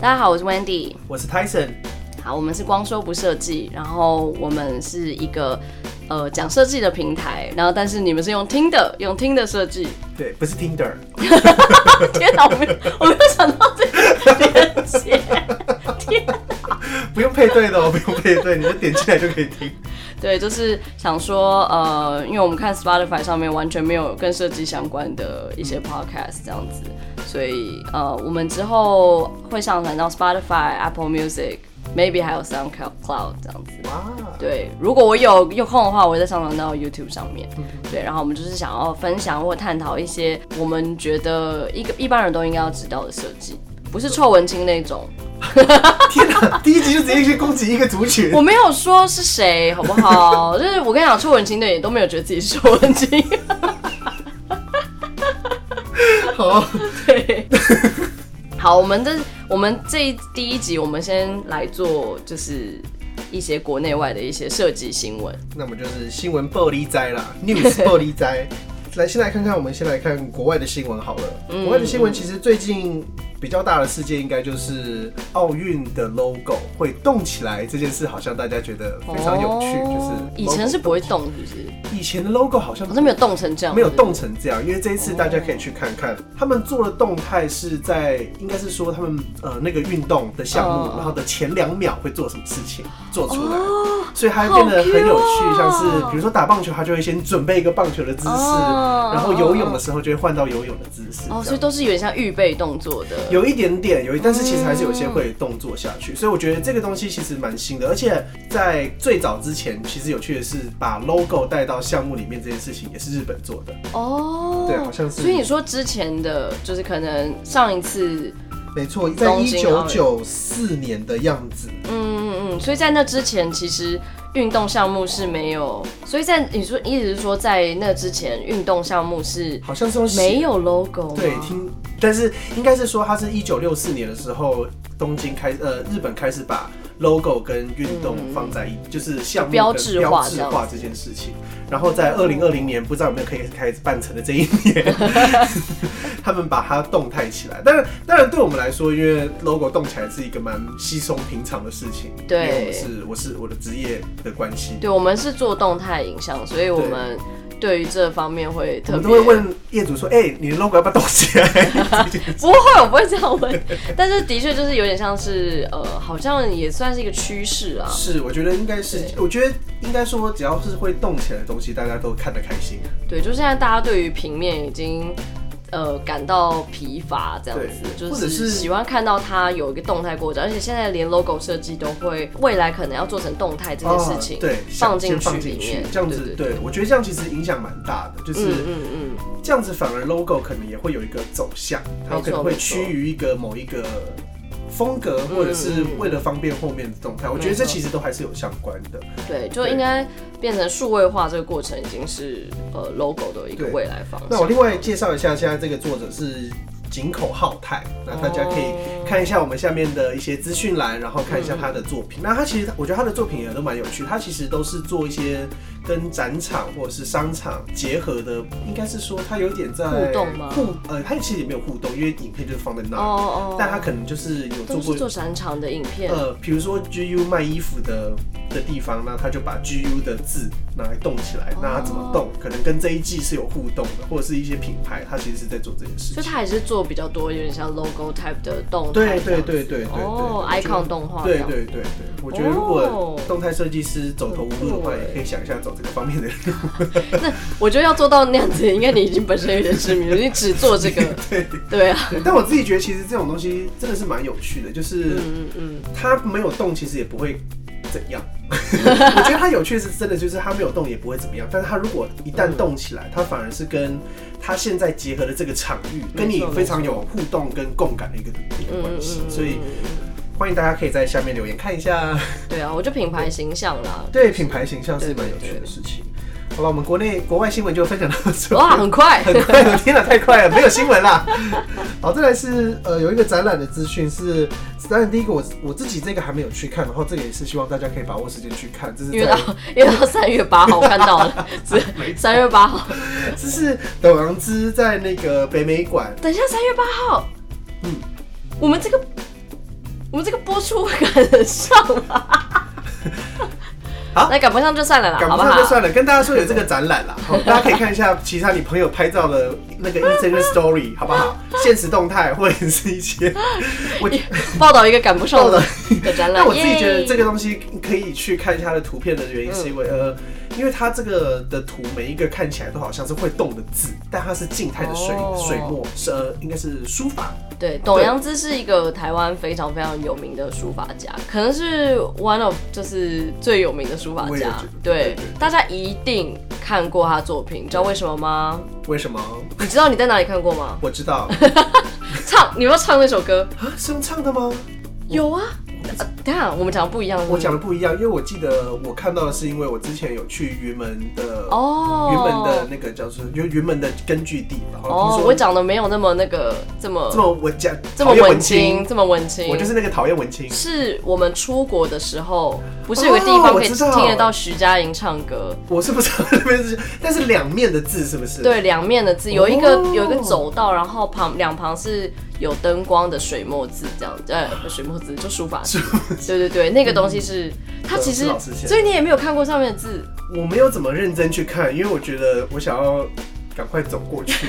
大家好，我是 Wendy。我是 Tyson，好，我们是光说不设计，然后我们是一个呃讲设计的平台，然后但是你们是用听的，用听的设计。 对，不是 Tinder， 天哪，我没有我没有想到这个连接。 天哪，不用配对的哦，不用配对，你就点进来就可以 听。对，就是想说呃，因为我们看 Spotify 上面完全没有跟设计相关的一些 podcast 这样子，所以呃，我们之后会上传到 Spotify、Apple Music。maybe 还有 SoundCloud 这样子，哇，对，如果我有有空的话，我会再上传到 YouTube 上面。嗯对，然后我们就是想要分享或探讨一些我们觉得一个一般人都应该要知道的设计，不是臭文青那 种。天哪，第一集就直接去攻击一个族群我，没有说是谁，好不好？ 就是我跟你讲，臭文青的也都没有觉得自己是臭文青。 好，对，好，我们的我们这一第一集，我们先来做就是一些国内外的一些设计新闻。那么就是新闻暴力灾 啦，news 暴力灾。来，先来看看，我们先来看国外的新闻好了。国外的新闻其实最近比较大的事件，应该就是奥运的 logo 会动起来这件事，好像大家觉得非常有趣。哦就是以前是 logo- 不会动，是不是？以前的 logo 好像好像没有动成这样，没有是不是动成这样，因为这一次大家可以去看看，他们做的动态是在，应该是说他们呃那个运动的项目嗯，然后的前两秒会做什么事情做出来，哦，所以它变得很有趣，好 cute 像哦是比如说打棒球，他就会先准备一个棒球的姿势，哦然后游泳的时候就会换到游泳的姿势，哦，这所以样都是有点像预备动作的。有一点点有一，但是其实还是有些会动作下嗯去，所以我觉得这个东西其实蛮新的，而且在最早之前，其实有趣的是把 logo 带到项目里面这件事情也是日本做的，哦，对好像是所以你说之前的，就是可能上一次，没错，在东一京奥九运九四年的样子，嗯嗯嗯，所以在那之前其实。运动项目是没有，所以在你说意思是说，在那之前运动项目是好像是用写没有啊 logo 吗对听，但是应该是说它是一九六四年的时候，东京开呃日本开始把 logo 跟运动放在嗯一，就是项目标跟志标化志这样化这件事情。然后在二零二零年，不知道有没有可以开始办成的这一 年，他们把它动态起来。当然，当然对我们来说，因为 logo 动起来是一个蛮稀松平常的事情，对因为我们是我是我的职业的关系，对，我们是做动态影像，所以我们对于这方面会我特们别都会问业主说：“哎、你的 logo 要不要动起来？” 不会，我不会这样问。但是的确就是有点像是呃，好像也算是一个趋势啊。是，我觉得应该是，我觉得应该说，只要是会动起来的东西，大家都看得开心。啊对，就现在大家对于平面已经呃感到疲乏，这样子，对就或者是喜欢看到它有一个动态过程，而且现在连 logo 设计都会，未来可能要做成动态这件事情，哦对，放想进先去放里进去面，，这样子，对，对我觉得这样其实影响蛮大的，就是嗯嗯嗯，这样子反而 logo 可能也会有一个走向，它没错可能会没错趋于一个某一个风格，或者是为了方便后面的动态，我觉得这没错其实都还是有相关的。对，就对应该变成数位化这个过程，已经是呃 logo 的一个对未来方向。哦那我另外介绍一下，现在这个作者是井口浩太，那大家可以看一下我们下面的一些资讯栏，然后看一下他的作品。那他其实我觉得他的作品也都蛮有趣，他其实都是做一些跟展场或者是商场结合的，应该是说他有点在互动吗互呃，他其实也没有互动，因为影片就是放在那哦儿，哦，但他可能就是有都做过是做展场的影片，呃，比如说 GU 卖衣服的的地方，那他就把 GU 的字拿来动起来，哦那他怎么动？可能跟这一季是有互动的，或者是一些品牌，他其实是在做这件事所以情。它也是做比较多，有点像 logo type 的动态这样对子。对对对对对哦我觉得，icon 动画这对样。哦对对对，我觉得如果动态设计师走投无路的话，很酷欸也可以想一下走这个方面的路。我觉得要做到那样子，应该你已经本身有点知名了，你只做这个， 对，对啊，对但我自己觉得其实这种东西真的是蛮有趣的，就是嗯嗯它没有动，其实也不会怎 样。我觉得它有趣是真的，就是它没有动也不会怎么样，但是它如果一旦动起来，它反而是跟它现在结合的这个场域，没错跟你非常有互动跟共感的一个一个嗯关嗯系，嗯， 所以欢迎大家可以在下面留言看一下，对啊，我就品牌形象啊啦，对品牌形象是蛮有趣的事情。好了，我们国内国外新闻就分享到这。哇，很快，很快了，天哪，太快了，没有新闻啦。 好，再来是呃有一个展览的资讯是，当然第一个我我自己这个还没有去看，然后这个也是希望大家可以把握时间去看，这是因为在到因为到三月八号我看到了，是三月八号， 这是董阳之在那个北美馆，等一下三月八号，嗯嗯，我们这个我们这个播出会赶得上吗？ 好那赶不上就算了啦，赶好不不上就好？算了，跟大家说有这个展览啦，好大家可以看一下其他你朋友拍照的 那个 Instagram Story，好不好？现实动态或者是一些我。报道一个赶不上报道的的展览。 那我自己觉得耶这个东西可以去看一下它的图片的原因，是因嗯为、呃，因为它这个的图每一个看起来都好像是会动的字，但它是静态的水、哦水墨，是呃应该是书法，对，董对阳之是一个台湾非常非常有名的书法家，可能是 one of 就是最有名的书法我也家觉得。对对对对，大家一定看过他作品，你知道为什么吗？为什么？你知道你在哪里看过吗？我 知道唱，你要不要唱那首歌？啊，是用唱的吗？有啊，呃等一下我们讲的不一样是不我是讲的不一样，因为我记得我看到的是，因为我之前有去云门的哦，云门的那个叫做就云门的根据地，然后哦听，说我讲的没有那么那个这么这么文讲这么讨厌文青，，这么文青，我就是那个讨厌文青。是我们出国的时候，不是有个地方哦可以我知道听得到徐佳莹唱歌？我是不知道那边是，但是两面的字是不是？，对，两面的字有一个、哦有一个走道，然后旁两旁是有灯光的水墨字，这样呃不是水墨字就书法字，对对对，那个东西是、它其实嗯是老师写，的所以你也没有看过上面的字，我没有怎么认真去看，因为我觉得我想要赶快走 过去，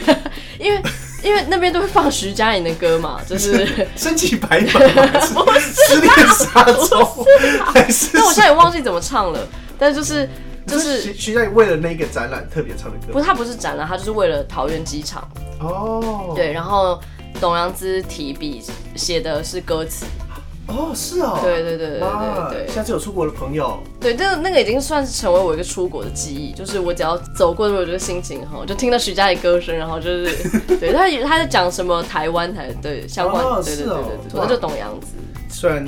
因 为因为那边都会放徐佳莹的歌嘛，就是。 身骑白马，还是失恋沙洲，还是但我现在也忘记怎么唱了，但就是就是嗯徐徐佳莹为了那个展览特别唱的不歌是，他不是展览，他就是为了桃园机场。哦，对，然后董阳之提笔写的是歌词。哦是哦，对对对对哇对对下次有出国的朋友，对，这个那个已经算是成为我一个出国的记忆，就是我只要走过的时候，我就心情很好，就听到徐佳莹歌声，然后就是 对他他在讲什么台湾台对相关，哦对对是对哦对对，哇那就董阳之。虽然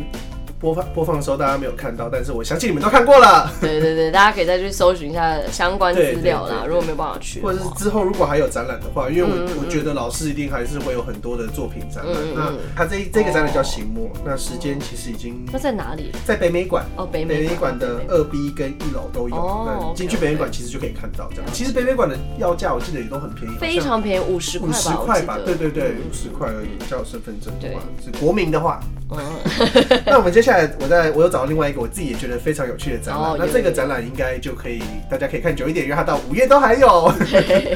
播放播放的时候大家没有看到，但是我相信你们都看过了。对对对，大家可以再去搜寻一下相关资料啦，对对对对如果没有办法去的或话，者是之后如果还有展览的话，因为我、嗯嗯嗯我觉得老师一定还是会有很多的作品展览。嗯嗯嗯那他这这个展览叫醒墨，那时间其实已经那在哪里？在北美馆。哦，北北美美馆的北美二 B 跟一楼都有，哦那 OK，进去北美馆其实就可以看到这样。 OK 其实北美馆的要价我记得也都很便宜，非常便宜，五十块五十吧，我块记吧得，，对对对，嗯五十块而已。叫身份证的话，对是国民的话，嗯， 那我们接下来，我在我又找到另外一个我自己也觉得非常有趣的展览。哦那有这个展览应该就可以，大家可以看久一点，因为它到五月都还有。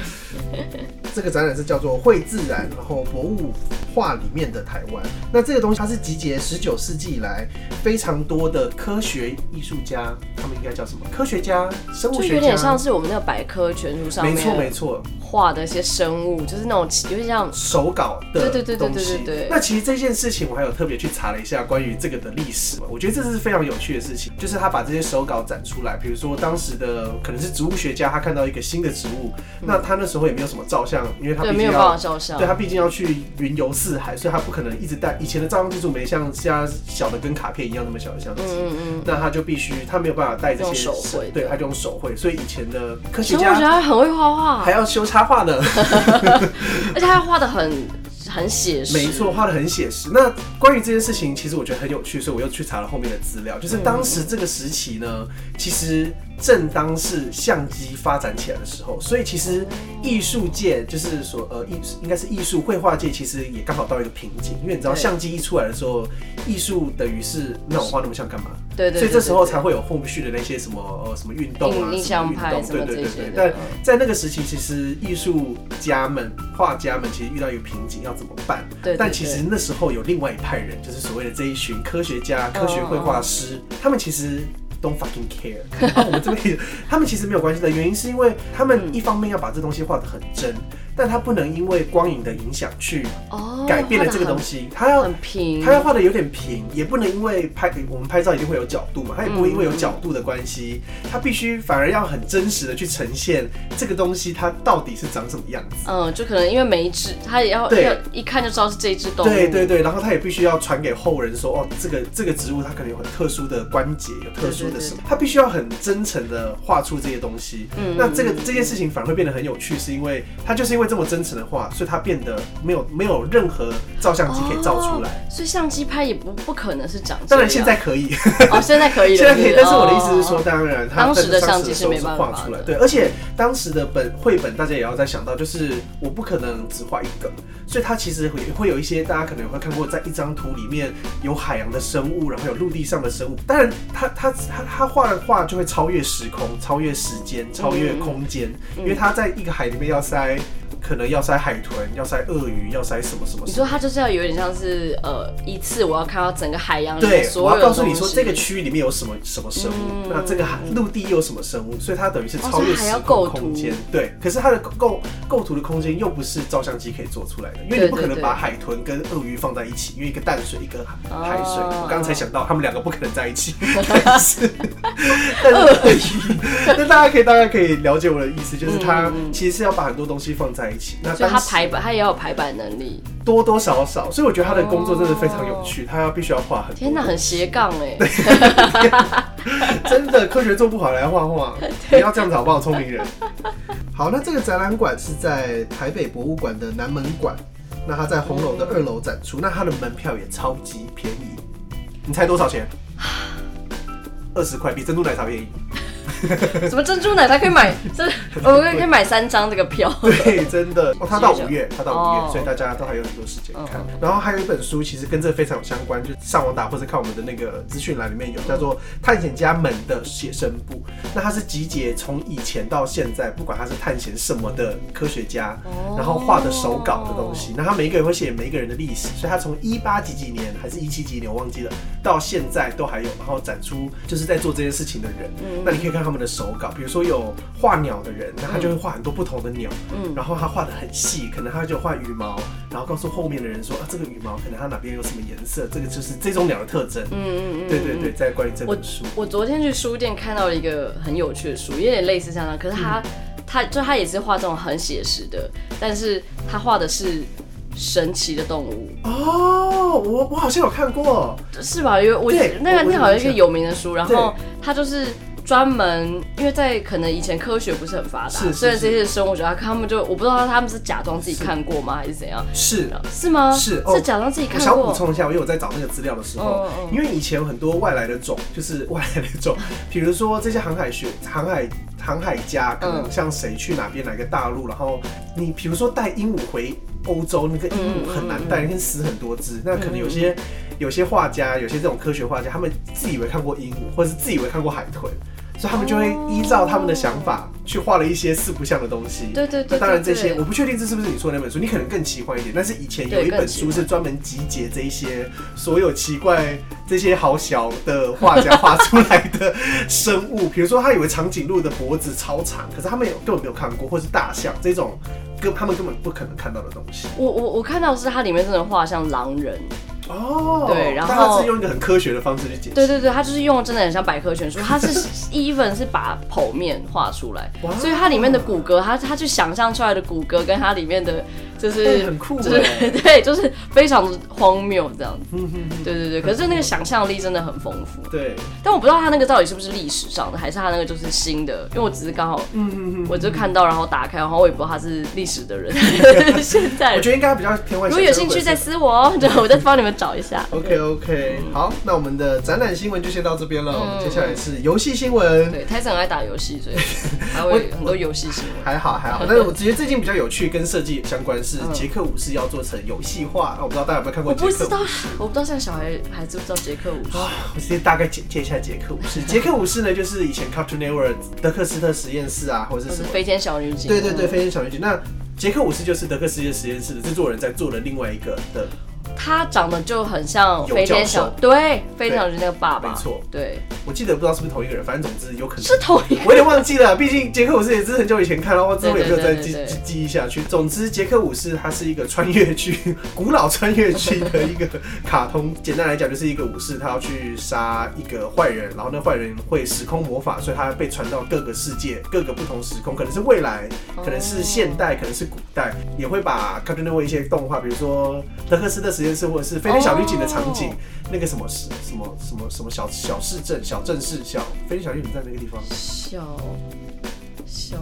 这个展览是叫做《绘自然》，然后博物画里面的台湾。那这个东西它是集结十九世纪以来非常多的科学艺术家，他们应该叫什么？科学家、生物就学有家点。像是我们那个百科全书上没错没面错，画的一些生物，就是那种有点像手稿的对对对对东西对对对那其实这件事情，我还有特别去查了一下关于这个的历史，我觉得这是非常有趣的事情，就是他把这些手稿展出来，比如说当时的可能是植物学家，他看到一个新的植物，那他那时候也没有什么照相，因为他嗯对毕没竟有办法要。照相对，他毕竟要去云游四海，所以他不可能一直带以前的照相技术没像现在小的跟卡片一样那么小的相机，嗯嗯那他就必须他没有办法带这些用手绘的对，他就用手绘，所以以前的科嗯，学生物学家家很会画画还，要修插画呢。而且他画的很很写实，没错，画的很写实。那关于这件事情，其实我觉得很有趣，所以我又去查了后面的资料。就是当时这个时期呢，其实正当是相机发展起来的时候，所以其实艺术界就是说，呃，艺应该是艺术绘画界，其实也刚好到一个瓶颈，因为你知道对相机一出来的时候，艺术等于是那我画那么像干嘛？对对对，所以这时候才会会有后续的那些什么呃什么运动啊，印印什么象运派动，什么对对这对些对。的但，在那个时期，其实艺术家们、画家们其实遇到一个瓶颈，要怎么办？对对但其实那时候有另外一派人，就是所谓的这一群科学家、科学绘画师，他们其实。Don't fucking care，然后 我们这边他们其实没有关系的原因是因为他们一方面要把这东西画得很真，但他不能因为光影的影响去哦改变了这个东西，西，他要很平它，要画的有点平，也不能因为拍我们拍照一定会有角嗯度嘛，它也不会因为有角度的关系，它必须反而要很真实的去呈现这个东西它到底是长什么样子。嗯，就可能因为每一只他也要对要一看就知道是这一只动物，对对对，然后它也必须要传给后人说，哦，这个这个植物它可能有很特殊的关节，有特殊的什么，它必须要很真诚的画出这些东西。嗯，嗯那这个这件事情反而会变得很有趣，是因为它就是因为为这么真诚的话，所以它变得没有没有任何照相机可以照出来。哦所以相机拍也不不可能是长这样。当然现在可以，哦，现在可以了。 现在可以不，但是我的意思是哦说，，当然它当时的在相机时是候没是办画法出来，的对，而且当时的本绘本大家也要再想到，就是我不可能只画一个，所以它其实会会有一些大家可能会看过，在一张图里面有海洋的生物，然后有陆地上的生物，当然它它它它画的画就会超越时空、超越时间、超越空间，嗯因为它在一个海里面要塞。可能要塞海豚，要塞鳄鱼，要塞什么什么你什么。说它就是要有点像是呃，一次我要看到整个海洋里面对，所有我要告诉东你说西嗯这个区域里面有什么什么生物，那这个海陆地又有什么生物，所以它等于是超越哦所以还时要空构空图间。对，可是它的构构图的空间又不是照相机可以做出来的，因为你对不可能对把对海豚跟鳄鱼放在一起，因为一个淡水一个海水。哦我刚才想到他们两个不可能在一 起，但是但是那大家可以大家可以了解我的意思，就是它其实是要把很多东西放在一起。那嗯所以当它时排版，它也要有排版能力。多多少少，所以我觉得他的工作真的非常有趣，他必须要画很多。哦天哪，很斜杠哎！真的，科学做不好来画画，不要这样子好不好，聪明人。好，那这个展览馆是在台北博物馆的南门馆，那它在红楼的二楼展出，那它的门票也超级便宜，你猜多少钱？二十块，比珍珠奶茶便宜。什么珍珠奶茶可以买？ 真的，我们可以买三张这个票。对，真的。哦，它到五月，它到五月，哦所以大家都还有很多时间看嗯。然后还有一本书，其实跟这非常有相关，就上网打或者看我们的那个资讯栏里嗯面有，叫做《探险家们的写生簿》。那它是集结从以前到现在，不管他是探险什么的科学家，哦然后画的手稿的东西。那他每一个人会写每一个人的历史，所以他从一八几几年还是一七几年我忘记了，到现在都还有，然后展出就是在做这件事情的人。嗯那你可以看他们的手稿，比如说有画鸟的人，那他就会画很多不同的鸟，嗯，然后他画的很细，可能他就画羽毛，然后告诉后面的人说啊，这个羽毛可能它哪边有什么颜色，这个就是这种鸟的特征。嗯嗯对对对，在关于这本书，我昨天去书店看到了一个很有趣的书，有点类似像那样，可是他嗯他就他也是画这种很写实的，但是他画的是神奇的动物，哦，我我好像有看过，是吧？因为我对那我个我那好像有一印个象有名的书，然后对他就是。专门，因为在可能以前科学不是很发达，是是虽然这是些生物学家他们就我不知道他们是假装自己看过吗，还是怎样？是是吗？是哦是假装自己我看想补过。充一下，因为我在找那个资料的时候嗯嗯，因为以前有很多外来的种， 就是外来的种，比如说这些航海学、航海航海家，可能嗯像谁去哪边哪个大陆，然后你比如说带鹦鹉回欧洲，那个鹦鹉很难带，跟死很多嗯只，那可能有些。有些画家，有些这种科学画家，他们自以为看过鹦鹉，或者是自以为看过海豚，所以他们就会依照他们的想法去画了一些四不像的东西。对对对那当然这对些对我不确定这是不是你说的那本书，你可能更奇幻一点。但是以前有对一本更奇书幻是专门集结这一些所有奇怪、这些好小的画家画出来的生物，比如说他以为长颈鹿的脖子超长，可是他们有根本没有看过，或是大象这种根他们根本不可能看到的东西。我我我看到的是它里面真的画像狼人，哦，对然后但他是用一个很科学的方式去解释。对对对，它就是用真的很像百科全书，它 是 even 是把剖面画出来哇，所以它里面的骨骼，它它去想象出来的骨骼跟它里面的就是、哎很酷就是哎 对，就是非常荒谬这样子。嗯哼哼对对对，可是那个想象力真的很丰富，对，但我不知道它那个到底是不是历史上的，还是它那个就是新的，因为我只是刚好嗯哼哼我就看到，然后打开，然后我也不知道他是历史的 人，现在我人。觉得应该比较偏外。如果有兴趣再私我 哦，对，我再帮你们找一下。 OK OK，好，那我们的展览新闻就先到这边了。嗯我们接下来是游戏新闻，对，泰森很爱打游戏， 所以还会有很多游戏新闻。还好 还好。但是我觉得最近比较有趣，跟设计相关是杰克武士要做成游戏化。那我不知道大家有没有看嗯过我杰克不武知士道，我不知道现在小孩还知不知道杰克舞。啊？我直接大概简介一下杰克武 士。杰克武士呢，就是以前 Cartoon Network 德克斯特实验室啊，或者就是是什么飞天小女警，对对对，飞天小女警。那杰克武士就是德克斯特实验室的制作人在做的另外一个的，他长得就很像有飞天教小，授对，飞天小女警那个爸爸，没错，对，我记得不知道是不是同一个人，反正总之有可能是同一个。我有点忘记了，毕竟杰克武士也是很久以前看，然后之后也没有再记对对对对记对记忆下去。总之，杰克武士他是一个穿越剧、古老穿越剧的一个卡通。简单来讲，就是一个武士，他要去杀一个坏人，然后那坏人会时空魔法，所以他被传到各个世界、各个不同时空，可能是未来，哦可能是现代，可能是古代，也会把 Cartoon Network 一些动画，比如说德克斯特实验室或者是飞天小女警的场景哦，那个什么市、什么什么什么小小市镇、小镇市、小飞天小女警在那个地方。小小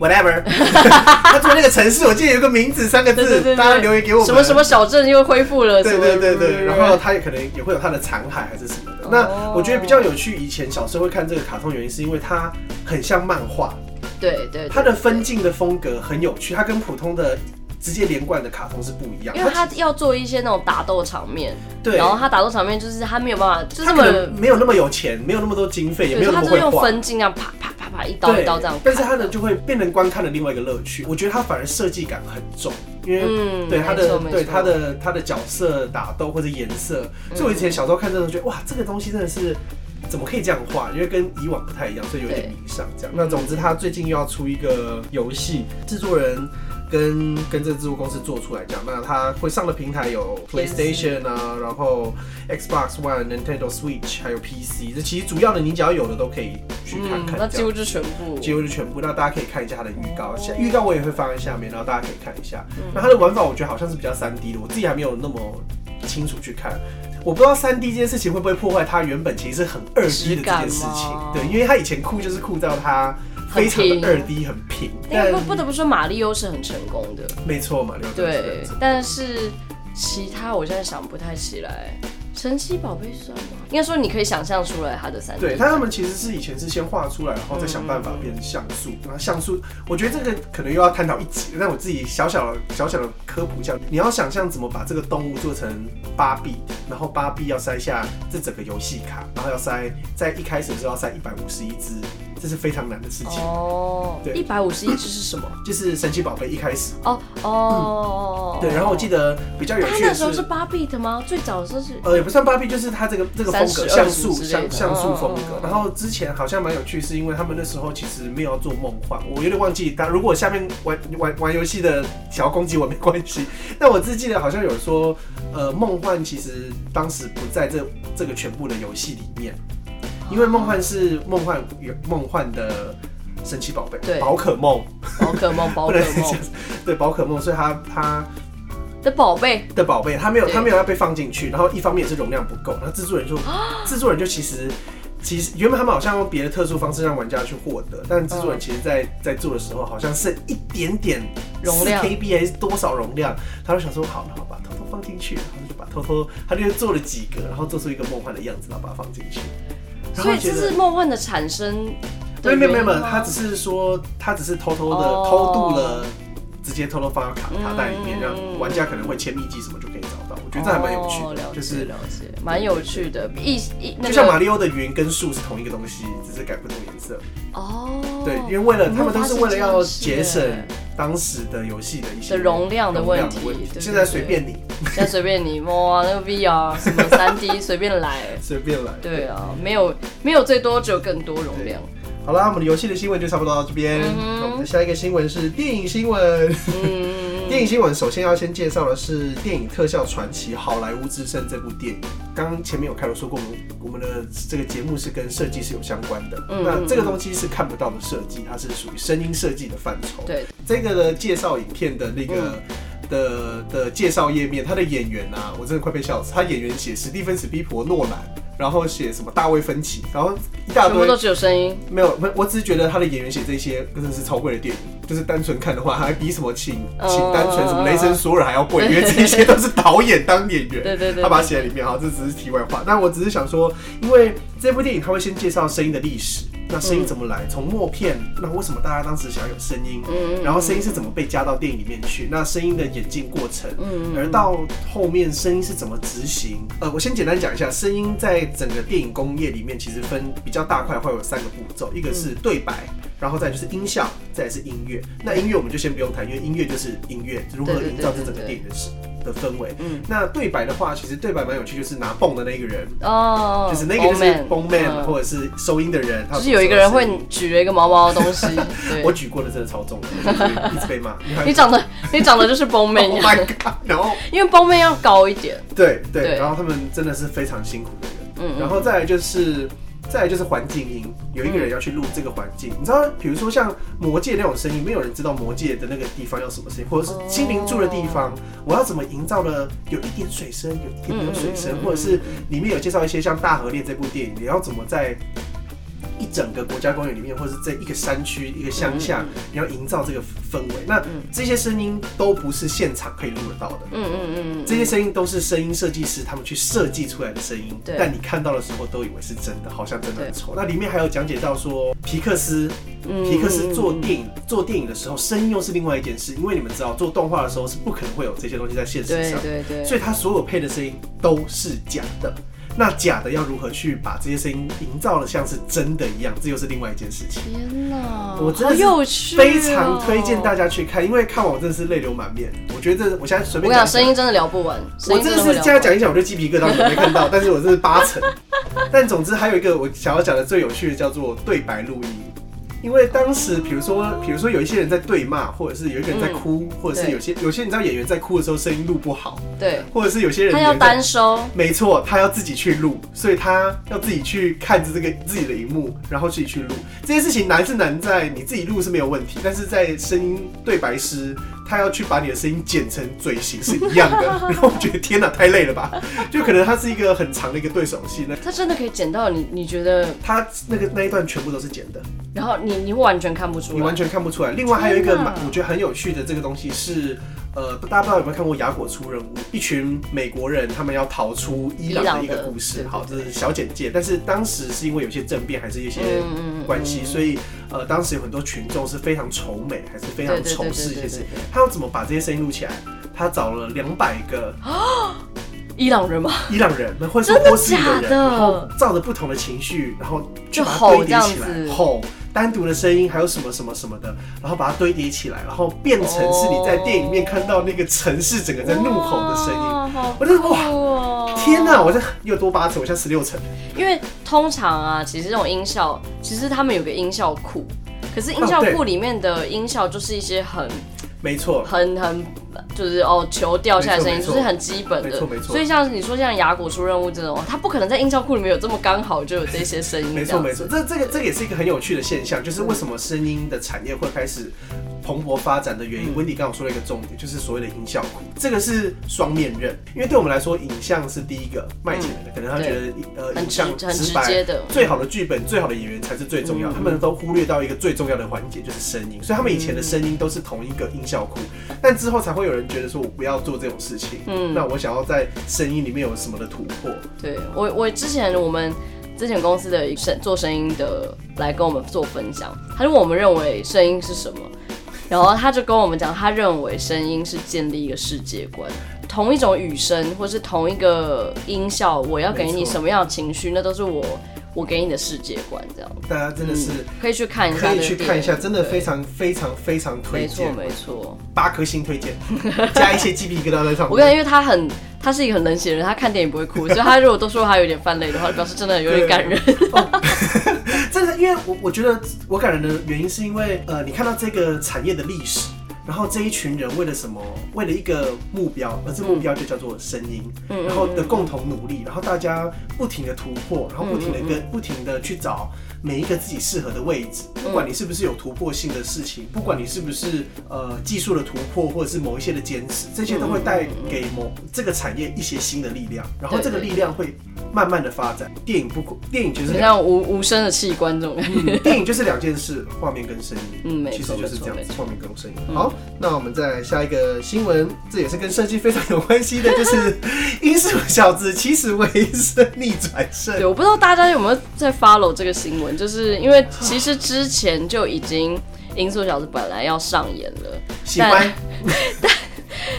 whatever，他 做那个城市，我记得有一个名字三个对对对字，对大家留言给我们什么什么小镇又恢复了，对什么嗯哦对对对，然后它也可能也会有它的残骸还是什么的。那我觉得比较有趣，以前小时候会看这个卡通，原因是因为它很像漫画，对对对，它的分对，镜的风格很有趣，它跟普通的直接连贯的卡通是不一样。因为他要做一些那种打斗场面，对，然后他打斗场面就是他没有办法，就这它么可能没有那么有钱，没有那么多经费，也没对，有那他么就是会用画。分镜啊，啪啪啪啪一刀一对刀这样砍，，但是它呢就会变成观看的另外一个乐趣。我觉得它反而设计感很重，因为嗯，对他没的错没对错他的他的角色打斗或者颜色，嗯所以我以前小时候看这种觉得哇，这个东西真的是怎么可以这样画？因为跟以往不太一样，所以有点对迷上这样。嗯那总之，他最近又要出一个游戏，制作人。跟跟这个制作公司做出来这样，那他会上的平台有 PlayStation 啊，然后 Xbox One、Nintendo Switch，还有 PC，这其实主要的你只要有的都可以去看嗯看这样。，那几乎就全部，几乎是全部。那大家可以看一下它的预告，下预告我也会放在下面，然后大家可以看一下。嗯那它的玩法我觉得好像是比较三 D 的，我自己还没有那么清楚去看。我不知道三 D 这件事情会不会破坏它原本其实是很二 D 质的这件事感情吗，对，因为它以前酷就是酷到它非常啊很平的二 D 很平，因为但不不得不说，马里欧是很成功的，没错嘛，刘真对真的，但是其他我现在想不太起来。神奇宝贝算吗？应该说你可以想象出来它的三 D。对，但他们其实是以前是先画出来，然后再想办法嗯变像素。那像素，我觉得这个可能又要探讨一集。但我自己小小的小小的科普一下，你要想象怎么把这个动物做成八币，然后八币要塞下这整个游戏卡，然后要塞在一开始的时候要塞一百五十一只，这是非常难的事情。哦，对一百五十一只是什么？就是神奇宝贝一开始，哦哦，对，然后我记得比较有他趣那的时候是是。八 B 的吗？最早的时候是呃，也不算芭比，就是它这个这个风格， 30像素20之类的像像素风嗯嗯格嗯。然后之前好像蛮有趣，是因为他们那时候其实没有要做梦幻，我有点忘记。但如果下面玩玩玩游戏的想要攻击我没关系，但我只记得好像有说，呃，梦幻其实当时不在这这个全部的游戏里哦面，因为梦幻是梦幻有梦幻的神奇宝贝对，宝可梦，宝哦可梦，宝不可能这样梦子 对宝可梦，所以它它的宝贝，的宝贝，他没有对他没有要被放进去，然后一方面也是容量不够，那制作人就啊制作人就其实其实原本他们好像用别的特殊方式让玩家去获得，但制嗯作人其实在在做的时候好像剩一点点容量 KB 还是多少容量，他就想说好，然后把偷偷放进去，然后就把偷偷他就做了几个，然后做出一个梦幻的样子，然后把它放进去，然后所以觉这得是梦幻的产生没的有没有原没有因没有，吗他只是说他只是偷偷的哦偷渡了，直接偷偷放到卡卡带里面，嗯让玩家可能会签秘籍什么就可以找到。我觉得这还蛮有趣哦的，了就解是了解，蛮有趣的，一一那就像马个里奥的云跟树是同一个东西，只是改不同颜色。哦，对，因为为了我没有他们都是为了要发现节这件事省欸当时的游戏的一些的容量的容问量题的问题。对现在对随对便你，现在随便你摸啊，那个 VR 什么三 D 随便来，随便来。对啊，没有没有最多，只有更多容量。好啦，我们的游戏的新闻就差不多到这边。嗯哼那我们的下一个新闻是电影新闻。嗯，电影新闻首先要先介绍的是电影《特效传奇：好莱坞之声》这部电影。刚刚前面有开头说过，我们我们的这个节目是跟设计是有相关的。嗯那这个东西是看不到的设计，它是属于声音设计的范畴。对，这个的介绍影片的那个。的的介绍页面，他的演员啊，我真的快被笑死。他演员写史蒂芬史皮婆诺兰，然后写什么大卫芬奇，然后一大全部堆都只有声音。没有，我我只是觉得他的演员写这些真的是超贵的电影，就是单纯看的话，还比什么请嗯请单纯什么雷神索尔还要贵，因为这些都是导演当演员，对对对他把它写在里面。好，这只是题外话。但我只是想说，因为这部电影他会先介绍声音的历史，那嗯声音怎么来，从默片，那为什么大家当时想要有声音？嗯，然后声音是怎么被加到电影里面去？那声音的演进过程，嗯而到后面声音是怎么执行？呃，我先简单讲一下，声音在整个电影工业里面其实分比较大块，会有三个步骤，嗯一个是对白，然后再就是音效，再来是音乐。那音乐我们就先不用谈，因为音乐就是音乐如何对对营造对这对整个对电影的时的氛围。嗯那对白的话，其实对白蛮有趣，就是拿泵的那个人。哦，就是那个就是 b o Bowman， n man，、嗯或者是收音的人，他就是有一个人收的声音会举了一个毛毛的东西，对我举过的真的超 重的，所以一直被骂。你还你长得你长得就是崩妹 Oh，my god！然后因为崩妹要高一点，对对对然后他们真的是非常辛苦的人。嗯，嗯然后再来就是，再来就是环境音，有一个人要去录这个环境。你知道，比如说像魔界那种声音，没有人知道魔界的那个地方要什么声音，或者哦是精灵住的地方，我要怎么营造呢？有一点水声，有一点没有水声嗯嗯嗯，嗯或者是里面有介绍一些像《大河恋》这部电影，你要怎么在一整个国家公园里面，或是这一个山区、一个乡嗯下，你要营造这个氛围。那这些声音都不是现场可以录得到的，嗯嗯嗯这些声音都是声音设计师他们去设计出来的声音，对但你看到的时候都以为是真的，好像真的很丑。那里面还有讲解到说，皮克斯，嗯皮克斯做电影做电影的时候，声音又是另外一件事，因为你们知道做动画的时候是不可能会有这些东西在现实对上，嗯对对，所以他所有配的声音都是假的。那假的要如何去把这些声音营造的像是真的一样，这又是另外一件事情。天哪，我真好的是有趣、哦非常推荐大家。家去看，因为看完我真的是泪流满面。我觉得这我现在随我跟便你讲，讲一下声音真的聊不完，声我音真的的会是聊现不在完。讲一讲，我就鸡皮疙瘩，我没 看到，但是我是八成。但总之还有一个我想要讲的最有趣的叫做对白录音，因为当时比如说，比如说有一些人在对骂，或者是有一个人在哭，或者嗯是对有些有些你知道演员在哭的时候声音录不好，对，或者是有些人他要演员在单收，没错，他要自己去录，所以他要自己去看着这个自己的荧幕，然后自己去录。这件事情难是难在你自己录是没有问题，但是在声音对白师，他要去把你的声音剪成嘴型是一样的。然后我觉得天哪，太累了吧？就可能他是一个很长的一个对手戏，那他真的可以剪到你，你觉得，他那个那一段全部都是剪的，然后你你完全看不出来，你完全看不出来。另外还有一个天哪蛮我觉得很有趣的这个东西是。呃，大家不知道有没有看过《雅果出任务》？一群美国人他们要逃出伊朗的一伊个朗的故事对，好，这是小简介。但是当时是因为有些政变还是一些嗯嗯嗯关系，所以呃，当时有很多群众是非常仇美，还是非常对对对仇对视一对些事对。对他要怎么把这些声音录起来？他找了两百个伊朗人吗？伊朗人，或者是真的波斯语的假人，的然后照着不同的情绪，然后去就把它吼堆叠这样起来，子吼单独的声音，还有什么什么什么的，然后把它堆叠起来，然后变成是你在电影里面看到那个城市整个在怒吼的声音。哇好我真的酷哦！天哪、我这又多八层，我现在十六层。因为通常啊，其实这种音效，其实他们有个音效库，可是音效哦对库里面的音效就是一些很没错，很很，就是哦球掉下来的声音，没错就是很基本没的错没。错所以像你说像雅果出任务这种，他不可能在音效库里面有这么刚好就有这些声音。没这错样没错，这这个这个也是一个很有趣的现象，就是为什么声音的产业会开始蓬勃发展的原嗯因。温迪刚刚有说了一个重点，就是所谓的音效库，这个是双面刃，因为对我们来说，影像是第一个卖钱的，可能他觉得呃嗯很影直像很直直白接的。最好的剧本、最好的演员才是最重要，嗯他们都忽略到一个最重要的环节，就是声音。所以他们以前的声音都是同一个音效库，但之后才会有人觉得说我不要做这种事情，嗯那我想要在声音里面有什么的突破，对我，我之前我们之前公司的声做声音的来跟我们做分享，他就问我们认为声音是什么，然后他就跟我们讲，他认为声音是建立一个世界观。同一种语声或是同一个音效，我要给没你错什么样的情绪，那都是我我给你的世界观，这样大家真的是。嗯可以去看一下，可以去看一下，真的非常非常非常推没错荐，没错。八颗星推荐，加一些鸡皮疙瘩在上我跟你面。讲，因为他很他是一个很冷血的人，他看电影不会 哭，所以他如果都说他有点泛泪的话，就表示真的有点感人。真的，因为我我觉得我感人的原因是因为，呃，你看到这个产业的历史，然后这一群人为了什么？为了一个目标，而这目标就叫做声音，嗯然后的共同努力，然后大家不停的突破，然后不嗯停的跟、不停的去找每一个自己适合的位置，不管你是不是有突破性的事情，不管你是不是呃技术的突破，或者是某一些的坚持，这些都会带嗯给某这个产业一些新的力量，然后这个力量会慢慢的发展。电影不电影就是嗯嗯很两像无无声的器官这种感觉。电影就是两件事，画面跟声音。嗯没其实错就是这样没子，错嗯画面跟声音。好，那我们再来下一个新闻，这也是跟设计非常有关系的，就是 因素小子其实为生逆转胜。对，我不知道大家有没有在 follow 这个新闻，就是因为其实之前就已经《音速小子》本来要上演了，喜欢但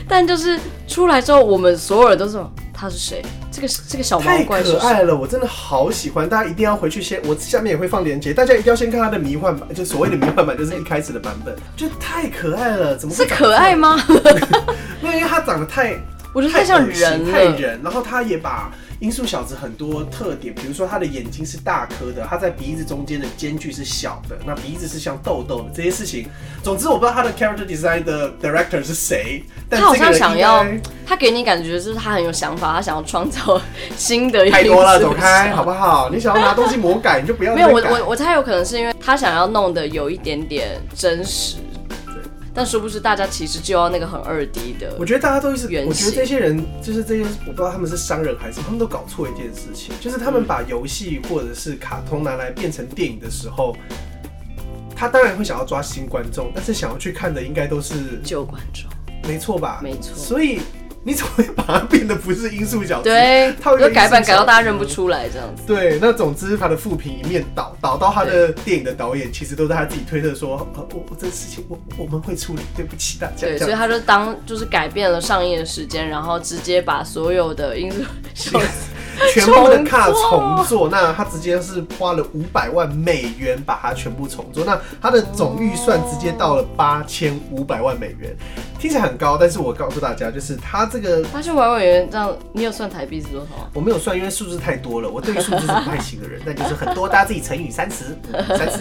但就是出来之后，我们所有人都说他是谁，这个这个小毛太怪是可谁？爱了，我真的好喜欢，大家一定要回去先，我下面也会放链接，大家一定要先看它的迷幻版，就所谓的迷幻版，就是一开始的版本，就太可爱了，怎么会是长可爱吗？没有，因为它长得太我觉得太太像恶心人太了。人。然后他也把音速小子很多特点，比如说他的眼睛是大颗的，他在鼻子中间的间距是小的，那鼻子是像痘痘的这些事情。总之，我不知道他的 character design 的 director 是谁，但他好这个像人想应要该，他给你感觉就是他很有想法，他想要创造新的。太多了，走开好不好？你想要拿东西魔改，你就不要 没有，再我改我我猜有可能是因为他想要弄得有一点点真实，但殊不知大家其实就要那个很二 D 的我。觉得大家都一直，原型我觉得这些人就是这些，我不知道他们是商人还是什么，他们都搞错一件事情，就是他们把游戏或者是卡通拿来变成电影的时候，他当然会想要抓新观众，但是想要去看的应该都是旧观众，没错吧？没错所以你怎么会把它变得不是音速小子？对，他会嗯就改版改到大家认不出。出来这样子。对，那总之他的副评一面倒，倒到他的电影的导演其实都在他自己推特说，呃，我我这事情我我们会处理，对不起大家。对，这所以样他就当就是改变了上映的时间，然后直接把所有的音 乐小全部的重卡做重做，那他直接是花了五百万美元把它全部重做，那他的总预算直接到了八千五百万美元，听起来很高，但是我告诉大家，就是他这个八千五百万元这样，你有算台币是多少吗？我没有算，因为数字太多了，我对数字是不太行的人，但就是很多，大家自己乘以三十，三十。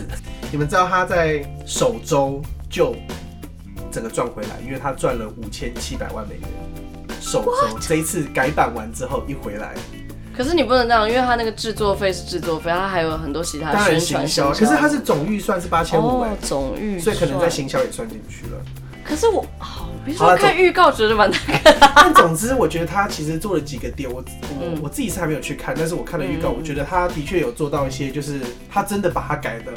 你们知道他在首周就整个赚回来，因为他赚了五千七百万美元。首周这一次改版完之后一回来，可是你不能这样，因为他那个制作费是制作费，他还有很多其他当然啊宣行传销，可是他是总预算是八千五哎哦，，总预算，所以可能在行销也算进去了。可是我好，别好说啦看预告觉得蛮但总之，我觉得他其实做了几个点，我我我自己是还没有去看，但是我看了预告，嗯我觉得他的确有做到一些，就是他真的把它改的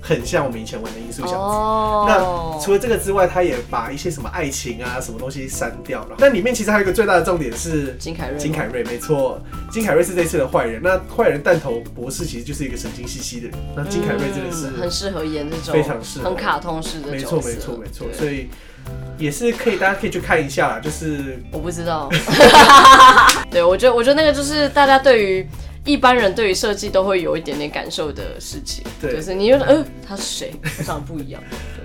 很像我们以前玩的《音速小子》哦那除了这个之外，他也把一些什么爱情啊、什么东西删掉了。但里面其实还有一个最大的重点是金凯瑞吗，金凯瑞，没错，金凯瑞是这次的坏人。那坏人弹头博士其实就是一个神经兮兮的人，那金凯瑞真的是嗯很适合演这种非常适合很卡通式的没角错，色没错，没错。对所以也是可以，大家可以去看一下啦，就是我不知道， 对我觉得我觉得那个就是大家对于。一般人对于设计都会有一点点感受的事情，对就是你觉得，呃，他是谁，他长得不一样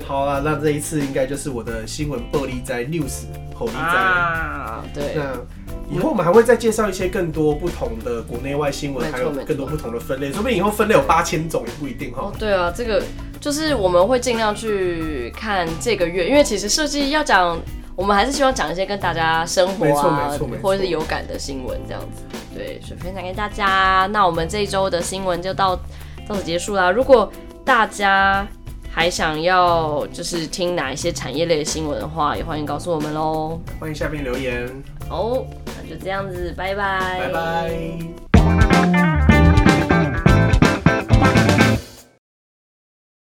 好啊，那这一次应该就是我的新闻暴力在 news 口力在。啊，对，那以后我们还会再介绍一些更多不同的国内外新没闻，错还有没错更多不同的分类，说不定以后分类有八千种也不一定哈哦。，对啊，这个就是我们会尽量去看这个月，因为其实设计要讲，我们还是希望讲一些跟大家生活没错啊没错没，错或者是有感的新闻这样子。对，所以分享给大家。那我们这一周的新闻就到到此结束啦。如果大家还想要就是听哪一些产业类的新闻的话，也欢迎告诉我们喽。欢迎下面留言，好，那就这样子，拜拜拜